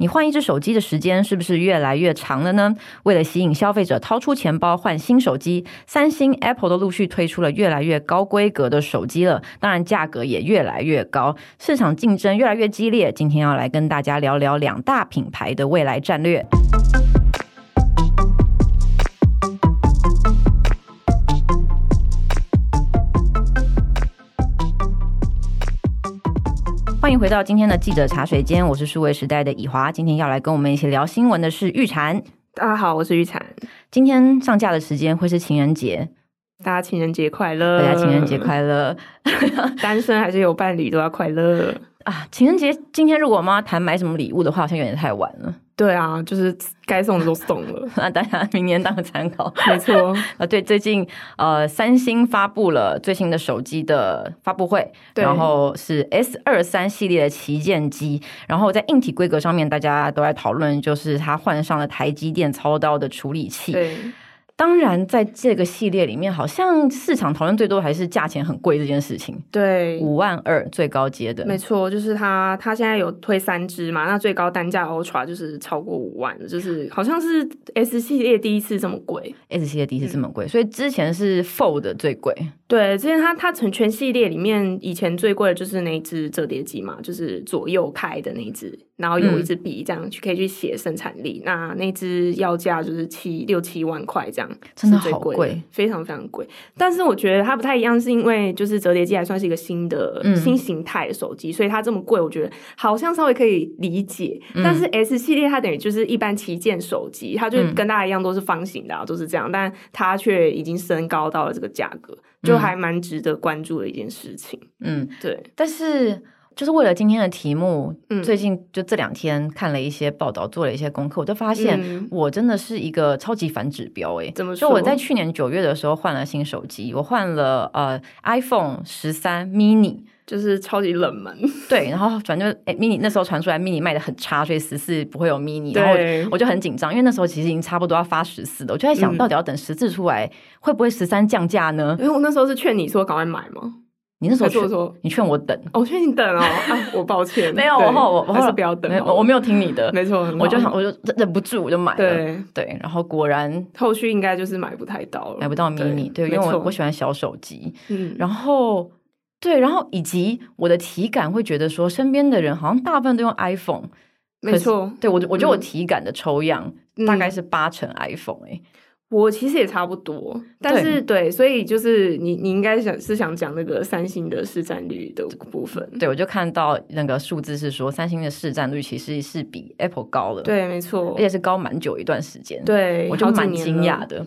你换一只手机的时间是不是越来越长了呢？为了吸引消费者掏出钱包换新手机，三星、Apple 都陆续推出了越来越高规格的手机了，当然价格也越来越高，市场竞争越来越激烈。今天要来跟大家聊聊两大品牌的未来战略。欢迎回到今天的记者茶水间，我是数位时代的以华。今天要来跟我们一起聊新闻的是玉婵。大家好，我是玉婵，今天上架的时间会是情人节，大家情人节快乐！大家情人节快乐 单身还是有伴侣都要快乐。啊！情人节今天如果我妈谈买什么礼物的话，好像有点太晚了。，对啊，就是该送的都送了 那大家明年当个参考。 没错。啊，对，最近呃，三星发布了最新的手机的发布会，对然后是 S 二三系列的旗舰机，然后在硬体规格上面，大家都在讨论，就是它换上了台积电操刀的处理器。对，当然，在这个系列里面，好像市场讨论最多还是价钱很贵这件事情，对，五万二最高阶的，没错，就是它，它现在有推三支嘛，那最高单价 Ultra 就是超过五万，就是好像是 S 系列第一次这么贵。 S 系列第一嗯次这么贵，所以之前是 Fold 最贵，对，之前它它全全系列里面以前最贵的就是那一只折叠机嘛，就是左右开的那一只，然后有一支笔这样去可以去写生产力。那那只要价就是七六七万块这样，真的是最好贵的贵，非常非常贵。但是我觉得它不太一样，是因为就是折叠机还算是一个新的、嗯新形态的手机，所以它这么贵，我觉得好像稍微可以理解。但是 S 系列它等于就是一般旗舰手机，它就嗯跟大家一样都是方形的、啊，都是这样，但它却已经升高到了这个价格，就还蛮值得关注的一件事情。嗯，对，但是就是为了今天的题目，嗯最近就这两天看了一些报道，做了一些功课，我就发现嗯我真的是一个超级反指标诶、怎么就说？我在去年九月的时候换了新手机，我换了呃 iPhone 十三 mini，就是超级冷门，对，然后反正就、诶哎 mini 那时候传出来 mini 卖的很差，所以十四不会有 mini，然后我对，我就很紧张，因为那时候其实已经差不多要发十四了，我就在想嗯到底要等十四出来、会不会十三降价呢？因为我那时候是劝你说赶快买嘛，你那时候还是我劝说你劝我等，哦我劝你等哦，啊，我抱歉，没有，对我后我我还后是来不要等没有好了，我我没有听你 的，没错，很我就好想，我就忍忍不住，我就买了。啊对，对，然后果然后续应该就是买不太到了，买不到 mini，对，因为没我错我喜欢小手机。嗯，然后对，然后以及我的体感会觉得说，身边的人好像大部分都用 iPhone。没错，对我，我觉得我嗯体感的抽样、大概嗯是八成 iPhone 哎、我其实也差不多，但是对，所以就是你你应该想是想讲那个三星的市占率的部分，对我就看到那个数字是说，三星的市占率其实是比 Apple 高了，，对，没错而，且是高蛮久一段时间，，对，我就好几蛮年惊了讶的。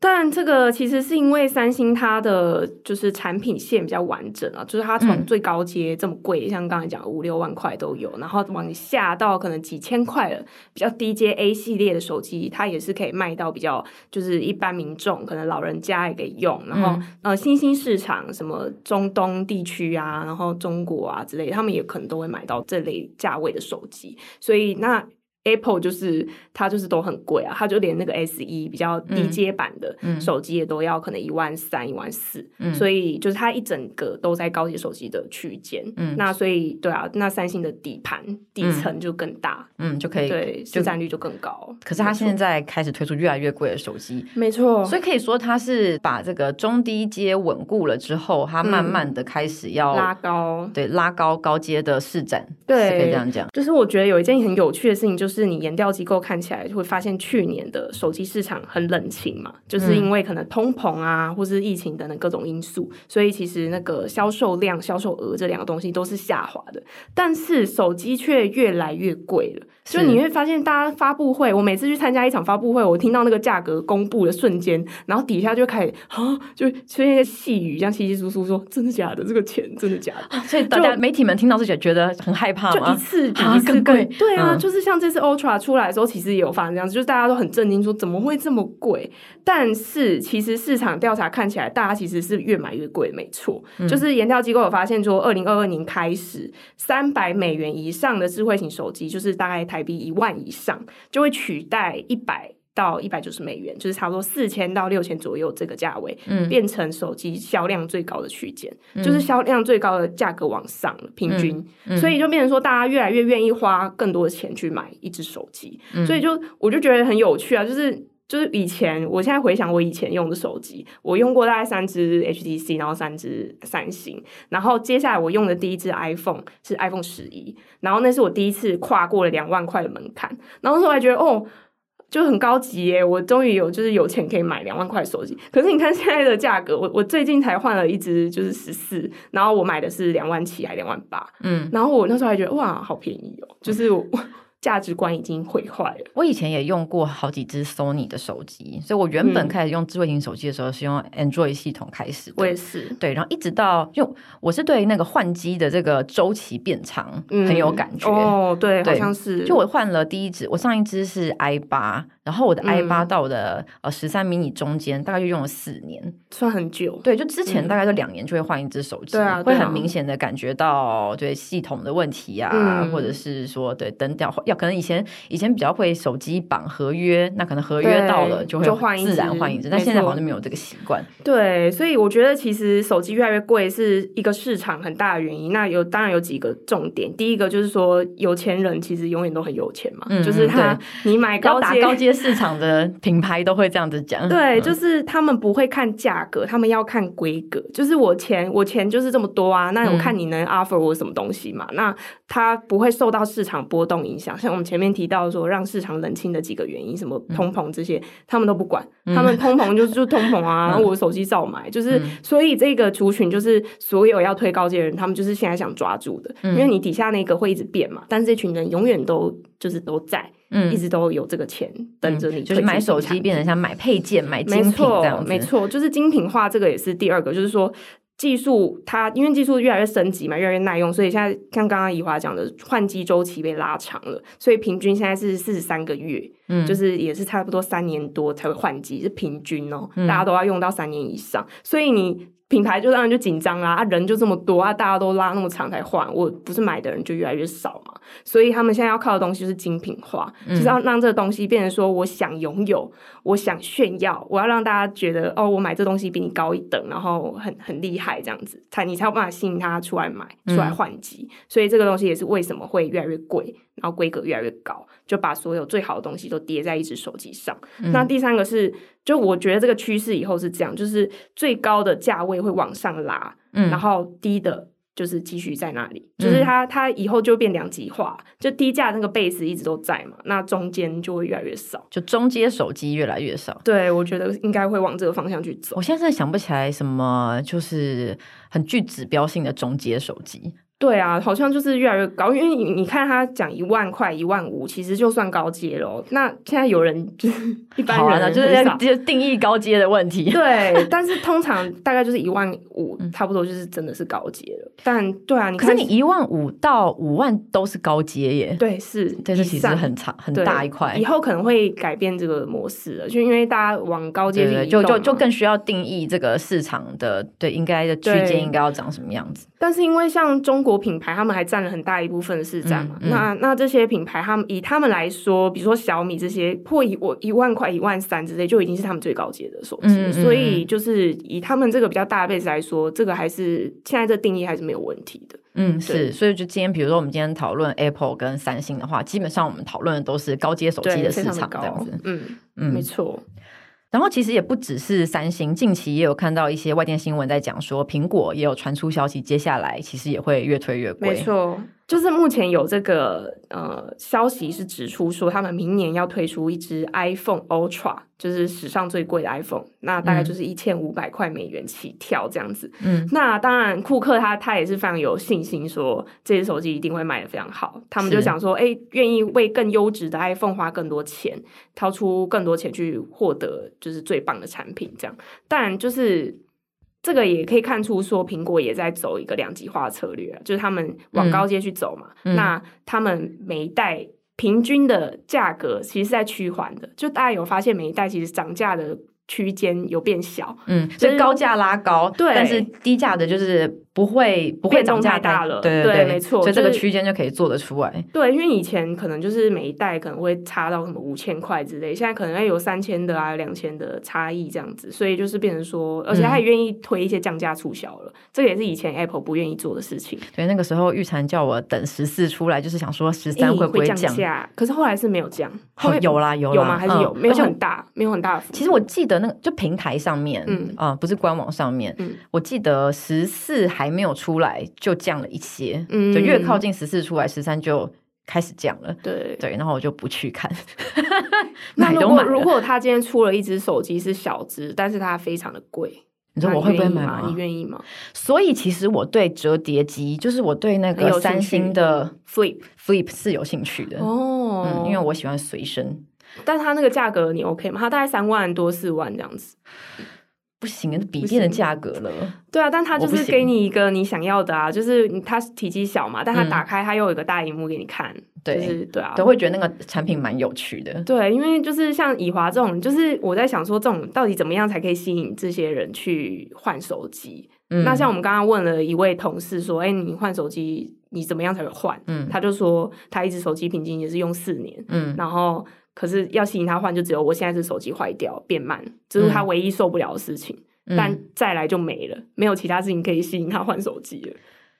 但这个其实是因为三星它的就是产品线比较完整啊，就是它从嗯最高阶这么贵，像刚才讲的五六万块都有，然后往下到可能几千块了，比较低阶 A 系列的手机，它也是可以卖到比较就是一般民众，可能老人家也可以用，然后、呃新兴市场什么中东地区啊，然后中国啊之类，他们也可能都会买到这类价位的手机，所以那。Apple 就是它就是都很贵啊，它就连那个 S 一比较低嗯阶版的嗯手机也都要可能一万三、一万四，嗯所以就是它一整个都在高级手机的区间。嗯那所以对啊，那三星的底盘底层就更大，嗯，就可以。对，市占率就更高。可是它现在开始推出越来越贵的手机，没错，所以可以说，它是把这个中低阶稳固了之后，它慢慢的开始要、嗯拉高。对拉高高阶的市占，对是可以这样讲。就是我觉得有一件很有趣的事情，就是你研调机构看起来就会发现去年的手机市场很冷清嘛，就是因为可能通膨啊，或是疫情等等各种因素，所以其实那个销售量、销售额这两个东西都是下滑的。但是手机却越来越贵了，就是你会发现大家发布会，我每次去参加一场发布会，我听到那个价格公布的瞬间，然后底下就开始啊，就出现一些细语，这样稀稀疏疏说真的假的，这个钱真的假 的。所以大家媒体们听到是觉觉得很害怕就一吗？次比啊一次更贵对啊，嗯就是像这次 Ultra 出来的时候，其实也有发生这样子，就是大家都很震惊，说怎么会这么贵？但是其实市场调查看起来，大家其实是越买越贵，没错。嗯就是研调机构有发现说，二零二二年开始，三百美元以上的智慧型手机，就是大概台币一万以上，就会取代一百。到一百九十美元，就是差不多四千到六千左右这个价位，嗯变成手机销量最高的区间，就是销量最高的价格往上了，平均，嗯所以就变成说大家越来越愿意花更多的钱去买一只手机，所以就我就觉得很有趣啊，就是。就是以前，我现在回想我以前用的手机，我用过大概三只 HTC，然后三只三星，然后接下来我用的第一只 iPhone 是 iPhone 十一，然后那是我第一次跨过了两万块的门槛，然后那时候还觉得哦，就很高级耶！我终于有就是有钱可以买两万块手机。可是你看现在的价格，我我最近才换了一只就是十四，然后我买的是两万七还两万八，嗯，然后我那时候还觉得哇，好便宜哦！就是我价值观已经毁坏了。我以前也用过好几只 Sony 的手机，所以我原本嗯开始用智慧型手机的时候是用 Android 系统开始的。我也是，对，然后一直到，因为我是对那个换机的这个周期变长、嗯，很有感觉。哦，对，对好像是，就我换了第一只，我上一只是 i 八，然后我的 i 嗯八到我的、呃十三 mini 中间大概就用了四年，算很久。对，就之前大概就两年就会换一只手机，嗯对啊会对啊很明显的感觉到对系统的问题啊，嗯或者是说对等掉要可能以前以前比较会手机绑合约，那可能合约对到了就会就换一自然只换一只，但没现在好错像没有这个习惯，对，所以我觉得其实手机越来越贵是一个市场很大的原因。那有当然有几个重点，第一个就是说有钱人其实永远都很有钱嘛，嗯就是嗯他你买要高打阶高阶市场的品牌都会这样子讲，对，就是他们不会看价格，他们要看规格。就是我钱，我钱就是这么多啊，那我看你嗯能 offer 我什么东西嘛？那它不会受到市场波动影响。像我们前面提到说，让市场冷清的几个原因，什么嗯通膨这些，他们都不管，他们通膨就是就通膨啊， 嗯然后我手机照买。就是、所以这个族群，就是所有要推高阶的人，他们就是现在想抓住的，嗯因为你底下那个会一直变嘛，但是这群人永远都就是都在，嗯一直都有这个钱等着你、就是买手机变成像买配件、买精没品这错样，子，没错，就是精品化这个也是第二个，就是说。技术它因为技术越来越升级嘛，越来越耐用，所以现在像刚刚怡华讲的，换机周期被拉长了，所以平均现在是四十三个月，嗯就是也是差不多三年多才会换机，是平均哦，嗯大家都要用到三年以上，所以你品牌就当然就紧张啦，啊人就这么多啊，大家都拉那么长才换，我不是买的人就越来越少嘛，所以他们现在要靠的东西就是精品化，嗯就是要让这个东西变成说我想拥有，我想炫耀，我要让大家觉得哦，我买这东西比你高一等，然后很很厉害这样子，才你才有办法吸引他出来买，出来换机。所以这个东西也是为什么会越来越贵，然后规格越来越高，就把所有最好的东西都叠在一只手机上。那第三个是，就我觉得这个趋势以后是这样，就是最高的价位会往上拉，嗯然后低的。就是继续在那里，就是它它以后就变两极化，就低价那个 base 一直都在嘛，那中间就会越来越少。就中阶手机越来越少。对，我觉得应该会往这个方向去走。我现在真的想不起来什么，就是很具指标性的中阶手机。对啊，好像就是越来越高，因为你你看他讲一万块、一万五，其实就算高阶咯。那现在有人就是 一般好人啊，那就是在很 少就是定义高阶的问题。对，但是通常大概就是一万五，差不多就是真的是高阶了。但对啊，你嗯可是看你一万五到五万都是高阶耶，对是，对，这其实很长很对大一块以。后可能会改变这个模式了，就因为大家往高阶对去对，移就就动就嘛更需要定义这个市场的对应该的区对间应该要长什么样子。但是因为像中国品牌，他们还占了很大一部分的市占嘛。嗯嗯那那这些品牌，他们以他们来说，比如说小米这些破一我一万块、一万三之类，就已经是他们最高阶的手机了。嗯嗯嗯所以就是以他们这个比较大的 base 来说，这个还是现在这定义还是没有问题的。嗯，对是，所以就今天，比如说我们今天讨论 Apple 跟三星的话，基本上我们讨论的都是高阶手机对，的非市常的场这样高子。。嗯，没嗯，错。然后其实也不只是三星，近期也有看到一些外电新闻在讲说，苹果也有传出消息，接下来其实也会越推越没贵。错，就是目前有这个呃消息是指出说，他们明年要推出一支 iPhone Ultra，就是史上最贵的 iPhone，那大概就是一千五百块美元起跳这样子。嗯，那当然，库克他他也是非常有信心说，这只手机一定会卖的非常好。他们就是想说，哎、愿意为更优质的 iPhone 花更多钱，掏出更多钱去获得就是最棒的产品这样。但就是这个也可以看出，说苹果也在走一个两极化策略啊，就是他们往高阶去走嘛。嗯那他们每一代平均的价格其实是在趋缓的，就大家有发现每一代其实涨价的区间有变小。嗯，就所是以高价拉高，对但是低价的就是不会不会变涨动价太大了对对对，没错所以这就个是区间就可以做得出来。对，因为以前可能就是每一代可能会差到什么五千块之类，现在可能要有三千的啊、两千的差异这样子，所以就是变成说，而且他也愿意推一些降价促销了，这个也是以前 Apple 不愿意做的事情。对，那个时候玉婵叫我等十四出来，就是想说十三诶会不降降？价？可是后来是没有降，后哦来，有啦有啦，有吗？还是有？嗯没有而且很大，没有很大的幅度。其实我记得那个就平台上面，嗯嗯啊、不是官网上面，嗯我记得十四还没有出来就降了一些，嗯就越靠近十四出来，十三就开始降了。对。对，然后我就不去 看，那买如都果买如了。果他今天出了一只手机是小只，但是它非常的贵，你说那我会不会愿意买吗？吗你？愿意吗？所以其实我对折叠机，就是我对那很有个兴三趣星的 Flip Flip 是有兴趣的，哦嗯，因为我喜欢随身。但它那个价格你 OK 吗？它大概三万多四万这样子。不行，这笔嗯不电的行价格了。对啊，但它就我不是行给你一个你想要的啊，就是你它体积小嘛，但它嗯打开它又有一个大荧幕给你看，对就是对啊都。会觉得那个产品蛮有趣的。对，因为就是像以华这种，就是我在想说，这种到底怎么样才可以吸引这些人去换手机？嗯那像我们刚刚问了一位同事说：“哎、你换手机，你怎么样才会换？”嗯他就说他一只手机平均也是用四年，嗯，然后可是要吸引他换，就只有我现在是手机坏掉变慢，这是他唯一受不了的事情。嗯但再来就没了，没有其他事情可以吸引他换手机了，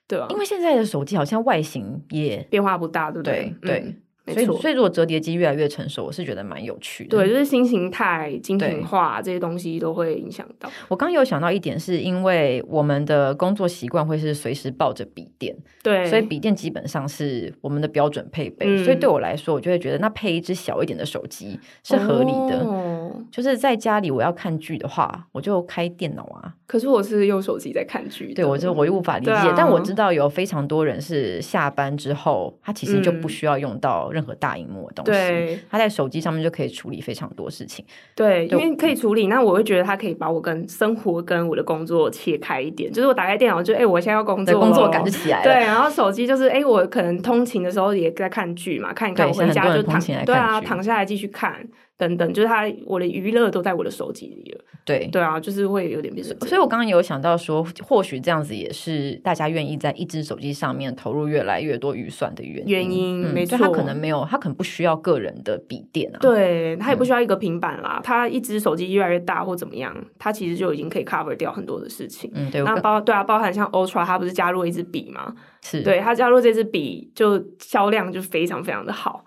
对吧、因为现在的手机好像外形也变化不大，对不对对，对，嗯所以没错所以如果折叠机越来越成熟，我是觉得蛮有趣的。对，，就是新形态、精嗯对品化这些东西都会影响到。我刚刚有想到一点，是因为我们的工作习惯会是随时抱着笔电，对，所以笔电基本上是我们的标准配备。嗯所以对我来说，我就会觉得那配一只小一点的手机是合理的。哦就是在家里我要看剧的话，我就开电脑啊。可是我是用手机在看剧的，对我就我又无法理解，对啊但我知道有非常多人是下班之后，他其实就不嗯需要用到任何大荧幕的东西。对他在手机上面就可以处理非常多事情，对，就因为可以处理，那我会觉得它可以把我跟生活跟我的工作切开一点。就是我打开电脑就，哎、我现在要工对作，工作感就。起来对，了。然后手机就是，哎、我可能通勤的时候也在看剧嘛，看一看，对我回现在很家多就人通躺勤来，对看啊，剧躺下来继续看，等等，就是它我的娱乐都在我的手机里了。对对啊，就是会有点变成这样，所以我刚刚有想到说，或许这样子也是大家愿意在一只手机上面投入越来越多预算的原因。原因嗯没就他可错能没有，他可能不需要个人的笔电嗯啊。对，它也不需要一个平板啦，它一只手机越来越大或怎么样，它其实就已经可以 cover 掉很多的事情。嗯，对，我那刚包对啊，包含像 Ultra，它不是加入了一支笔吗？是。对，它加入这支笔，就销量就非常非常的好。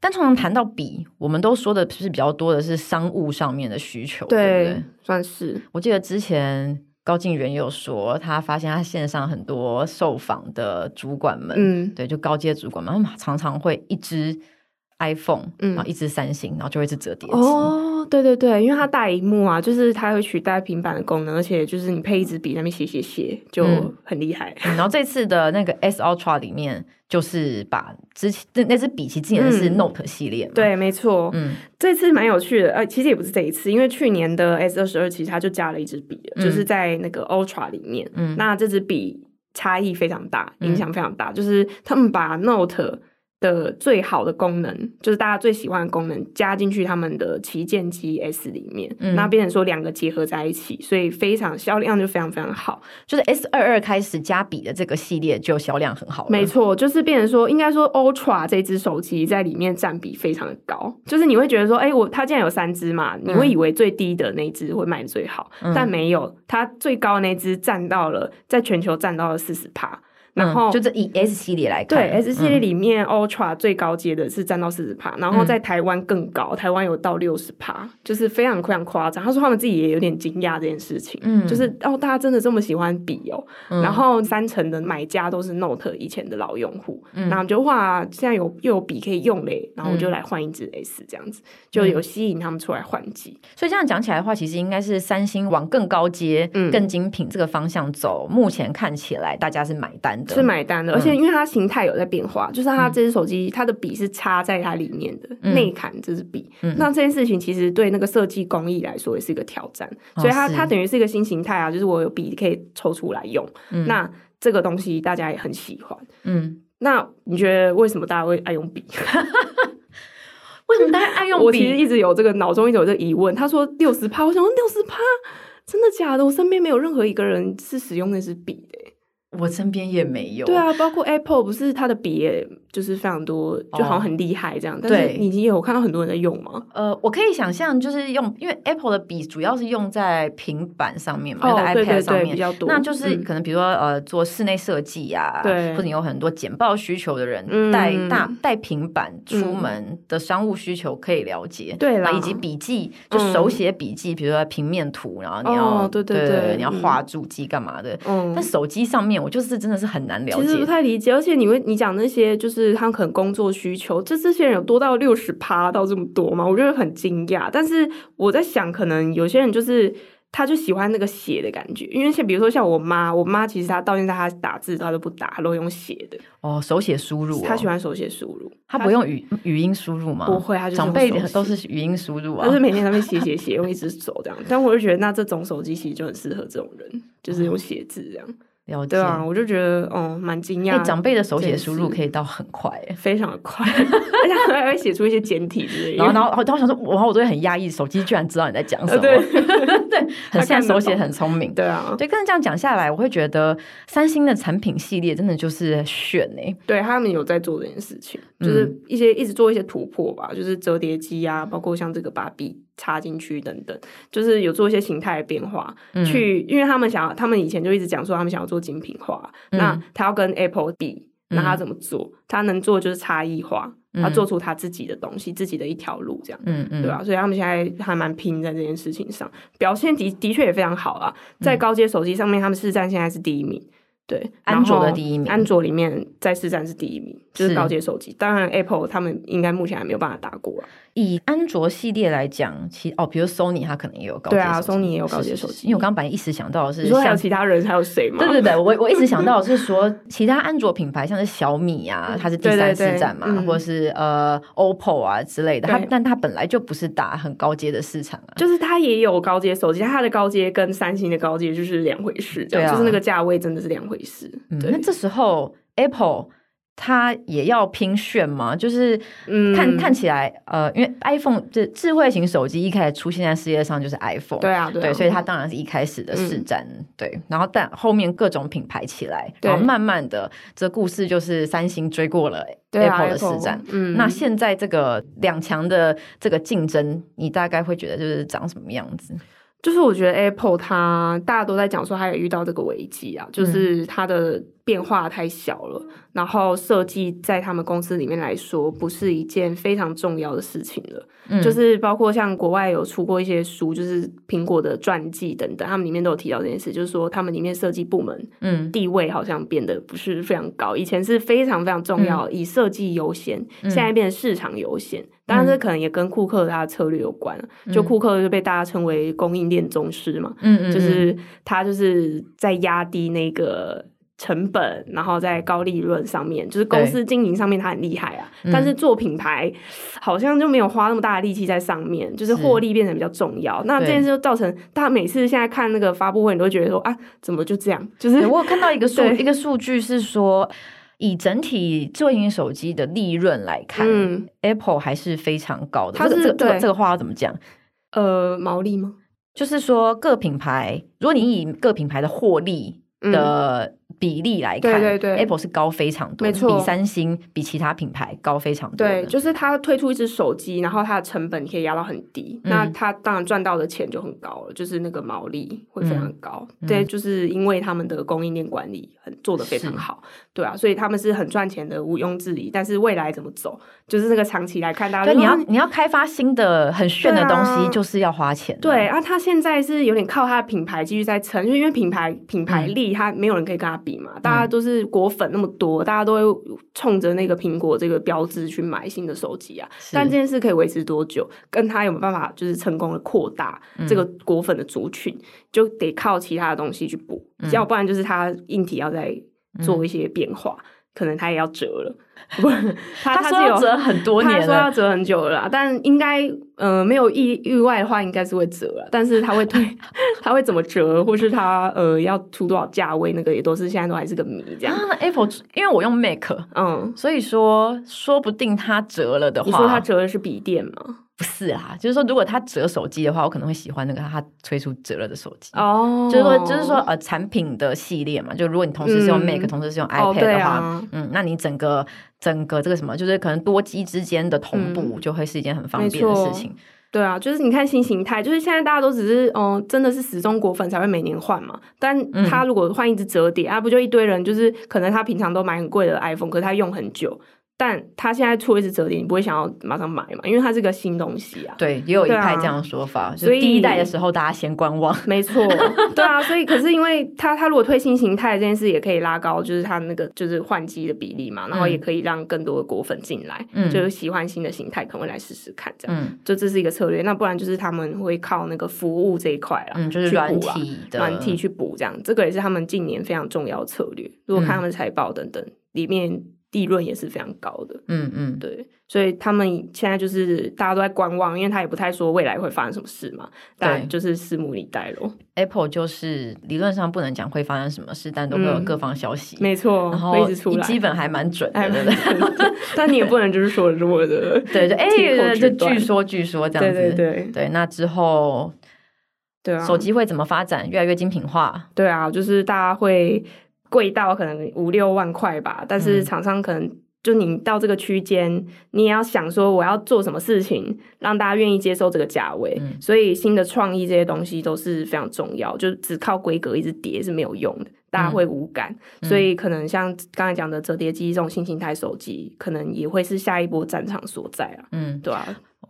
但通常谈到笔，我们都说的是比较多的是商务上面的需求，对不对？算是我记得之前高静媛有说，她发现她线上很多受访的主管们，嗯，对，就高阶主管们，他们常常会一支 iPhone，、嗯然后一支三星，然后就会是折叠机。哦，对对对，因为它大荧幕啊，就是它会取代平板的功能，而且就是你配一支笔在那边写写写就嗯很厉害。嗯然后这次的那个 S Ultra 里面，就是把之前那那支笔其实之前是嗯 Note 系列嘛，，对，没错，嗯，这次蛮有趣的，呃，其实也不是这一次，因为去年的 S 二十二其实它就加了一支笔了，嗯就是在那个 Ultra 里面，嗯那这支笔差异非常大，嗯影响非常大，就是他们把 Note 的最好的功能，就是大家最喜欢的功能加进去他们的旗舰机 S 里面，嗯那变成说两个结合在一起，所以非常销量就非常非常好。就是 S 二二开始加笔的这个系列就销量很好了，嗯没错，就是变成说，应该说 Ultra 这只手机在里面占比非常的高，就是你会觉得说，哎、我它竟然有三只嘛，你会以为最低的那一只会卖得最好，嗯但没有，它最高的那只占到了在全球占到了四十趴，嗯，然后、就这以 S 系列来看，对 S 系列嗯里面 Ultra 最高阶的是占到四十趴，然后嗯在台湾更高，台湾有到六十趴，就是非常非常夸张。他说他们自己也有点惊讶这件事情，嗯就是哦，大家真的这么喜欢笔哦，嗯然后三成的买家都是 Note 以前的老用户，嗯然后我们就哇，现在有又有笔可以用嘞，然后我就来换一支 S 这样子，就嗯有吸引他们出来换机。所以这样讲起来的话，其实应该是三星往更高阶、嗯更精品这个方向走。目前看起来大家是买单的，嗯是买单的，而且因为它形态有在变化，就是它这只手机，它的笔是插在它里面的嗯内砍这支笔嗯。那这件事情其实对那个设计工艺来说也是一个挑战，哦所以它是它等于是一个新形态啊，就是我有笔可以抽出来用。嗯那这个东西大家也很喜欢。嗯，那你觉得为什么大家会爱用笔？为什么大家爱 用我其实笔？一直有这个脑中一直有这个疑问。他说六十趴，我想六十趴，真的假的？我身边没有任何一个人是使用那支笔的欸、我身边也没有。对啊，包括 Apple 不是它的笔也就是非常多，就好像很厉害这样。但是哦对你已经有看到很多人在用吗？呃，我可以想象，就是用，因为 Apple 的笔主要是用在平板上面嘛，用哦，在对 iPad 对上对，比面。较多。那就是嗯可能比如说呃做室内设计呀，对或者你有很多简报需求的人，嗯带大带平板出嗯门的商务需求可以了解，对啦然后以及笔记就嗯手写笔记，比如说平面图，然后你要哦对对对对你要嗯画注记干嘛的。嗯但手机上面我就是真的是很难了其实不解，太理解，而且你会你讲那些就是他可能工作需求，这这些人有多到六十趴到这么多吗？我觉得很惊讶。但是我在想，可能有些人就是他就喜欢那个写的感觉，因为像比如说像我妈，我妈其实她到现在她打字她都不打，她都用写的，哦，手写输入、哦，她喜欢手写输入，他不用语语音输入吗？不会她就是用长辈手写都是语音输入啊 她，是每天在那边写写写，用一只手这样。但我就觉得那这种手机其实就很适合这种嗯人，就是用写字这样，了解对。啊，我就觉得嗯蛮惊哎、讶。长辈的手写真输入是可以到很快 哎，非常的快，而且还会写出一些简体之类的。然后然后然后我想说，然后我都会很压抑，手机居然知道你在讲什么，呃 对对，很他看像得手写懂很聪明。对啊，对，跟着这样讲下来，我会觉得三星的产品系列真的就是炫哎、对他们有在做这件事情，嗯就是一些一直做一些突破吧，就是折叠机啊，包括像这个把笔插进去等等，就是有做一些形态的变化。嗯去，因为他们想要，他们以前就一直讲说他们想要做精品化，嗯那他要跟 Apple 比，那他怎么做？他能做就是差异化，他做出他自己的东西，自己的一条路这样。嗯嗯，对啊，所以他们现在还蛮拼在这件事情上，表现的的确也非常好啊。在高阶手机上面，他们市占现在是第一名，对，安卓的第一名然后安卓里面在市占是第一名，就是是高阶手机。当然，Apple 他们应该目前还没有办法打过啊。以安卓系列来讲，其哦，比如 Sony 它可能也有高阶对啊手机，Sony 也有高是阶是手是机因为我刚刚本来一时想到的是你说还有像其他人还有谁吗？对对 对，我我一直想到的是说，其他安卓品牌像是小米啊，它是第嗯对对三对市占嘛，嗯或是呃 OPPO 啊之类的，它对但它本来就不是打很高阶的市场啊。就是它也有高阶手机，但它的高阶跟三星的高阶就是两回事，这样、对啊就是那个价位真的是两回事。嗯对那，这时候 Apple 它也要拼炫嘛，就是嗯看、看起来呃，因为 iPhone 这智慧型手机一开始出现在世界上就是 iPhone，对啊，对啊，对，所以它当然是一开始的市占，对，然后但后面各种品牌起来，对然后慢慢的，这故事就是三星追过了对啊 Apple 的市占。，嗯，那现在这个两强的这个竞争，你大概会觉得就是长什么样子？就是我觉得 Apple 它大家都在讲说，它也遇到这个危机啊，嗯就是它的变化太小了，然后设计在他们公司里面来说，不是一件非常重要的事情了。嗯就是包括像国外有出过一些书，就是苹果的传记等等，他们里面都有提到这件事，就是说他们里面设计部门嗯地位好像变得不是非常高，以前是非常非常重要，嗯以设计优先，现在变成市场优先。当然，这可能也跟库克他的策略有关。啊就库克就被大家称为供应链宗师嘛，嗯嗯就是他就是在压低那个。成本，然后在高利润上面，就是公司经营上面他很厉害啊，但是做品牌好像就没有花那么大的力气在上面，就是获利变成比较重要。那这件事就造成大家每次现在看那个发布会，你都会觉得说啊，怎么就这样？就是嗯对我有看到一个数对一个数据是说，以整体智慧型手机的利润来看、嗯 a p p l e 还是非常高的。它这个是这个这个对这个话要怎么讲？呃毛利吗？就是说各品牌，如果你以各品牌的获利嗯的比例来看，对对对 a p p l e 是高非常多，没错比三星、比其他品牌高非常多的。对，就是它推出一只手机，然后它的成本可以压到很低，嗯那它当然赚到的钱就很高了，就是那个毛利会非常嗯高。对，就是因为他们的供应链管理很做得非常是好，对啊，所以他们是很赚钱的，毋庸置疑。但是未来怎么走，就是那个长期来看，大家对，就你说要啊你要开发新的很炫的对东啊西，就是要花钱、对，啊，他现在是有点靠他的品牌继续在撑，就因为品牌品牌嗯力，他没有人可以跟他比嘛。大家都是果粉那么多，大家都会冲着那个苹果这个标志去买新的手机啊。是但这件事可以维持多久，跟他有没有办法就是成功的扩大嗯这个果粉的族群，就得靠其他的东西去补，嗯要不然就是他硬体要再做一些变化，可能他也要折了。不，他他他说是有要折很多他年说要了，折很久了啦，但应该呃没有意意外的话，应该是会折了。但是他会对， 他会怎么折，或是他呃要出多少价位，那个也都是现在都还是个谜这样。啊，Apple，因为我用 Mac，嗯，所以说说不定它折了的话，你说他折的是笔电吗？不是啦，就是说如果它折手机的话，我可能会喜欢那个它推出折了的手机。哦就是说，就是说，呃，产品的系列嘛，就如果你同时是用嗯 Mac，、同时是用哦 iPad 对的话，啊，嗯，那你整个整个这个什么，就是可能多机之间的同步，就会是一件很方便的事情。对啊，就是你看新形态，就是现在大家都只是嗯、呃真的是死忠果粉才会每年换嘛。但嗯他如果换一只折叠，啊，不就一堆人就是可能他平常都买很贵的 iPhone，可是他用很久，但他现在出一只折叠，你不会想要马上买嘛，因为它是个新东西啊。对，也有一对啊派这样的说法，就所是以第一代的时候大家先观望。没错，对啊，所以可是因为他他如果推新形态这件事，也可以拉高就是他那个就是换机的比例嘛，然后嗯也可以让更多的果粉进来，嗯就是喜欢新的形态，可能会来试试看这样。嗯就这是一个策略，那不然就是他们会靠那个服务这一块啦，嗯，就是去补软啊体的软体去补这样，这个也是他们近年非常重要的策略。如果看他们财报等等，里面利润也是非常高的。嗯嗯，对，所以他们现在就是大家都在观望，因为他也不太说未来会发生什么事 嘛，但就是拭目以待咯。 Apple 就是理论上不能讲会发生什么事，但都会有各方消息，嗯没错，然会后一直出来。基本还蛮准的，哎对不对 但你也不能就是说弱的， 对， 就哎，听口对指就断据说据说这对样子，对对对那之后对啊，手机会怎么发展？越来越精品化，对啊，就是大家会贵到可能五六万块吧，但是嗯厂商可能就你到这个区间，你也要想说我要做什么事情让大家愿意接受这个价位，嗯所以新的创意这些东西都是非常重要，就只靠规格一直叠是没有用的。大家会无感，嗯所以可能像刚才讲的折叠机这种新形态手机，可能也会是下一波战场所在啊，嗯。对啊，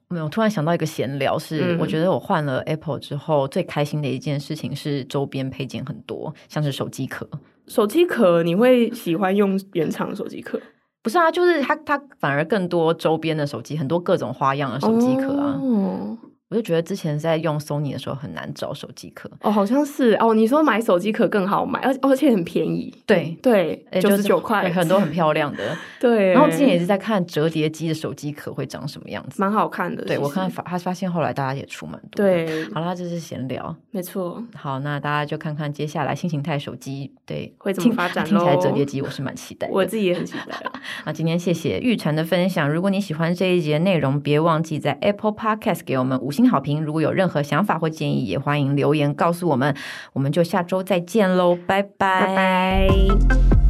没有，我突然想到一个闲聊是，嗯我觉得我换了 Apple 之后，最开心的一件事情是周边配件很多，像是手机壳。手机壳你会喜欢用原厂手机壳？不是啊，就是它它反而更多周边的手机，很多各种花样的手机壳啊。哦我就觉得之前在用 Sony 的时候很难找手机壳，哦，好像是哦。你说买手机壳更好买，而而且很便宜，对。对，诶九哎就十是九块对，很多很漂亮的。对。然后之前也是在看折叠机的手机壳会长什么样子。蛮好看的，对其我实看发，他发现后来大家也出蛮多。，对，好啦，这是闲聊。没错，好，那大家就看看接下来新形态手机对会怎么听发展听起来咯折叠机我是蛮期待的。我自己也很期待啊。那今天谢谢玉成的分享。如果你喜欢这一节内容，别忘记在 Apple Podcast 给我们五星好评。如果有任何想法或建议，也欢迎留言告诉我们。我们就下周再见喽，拜拜拜拜。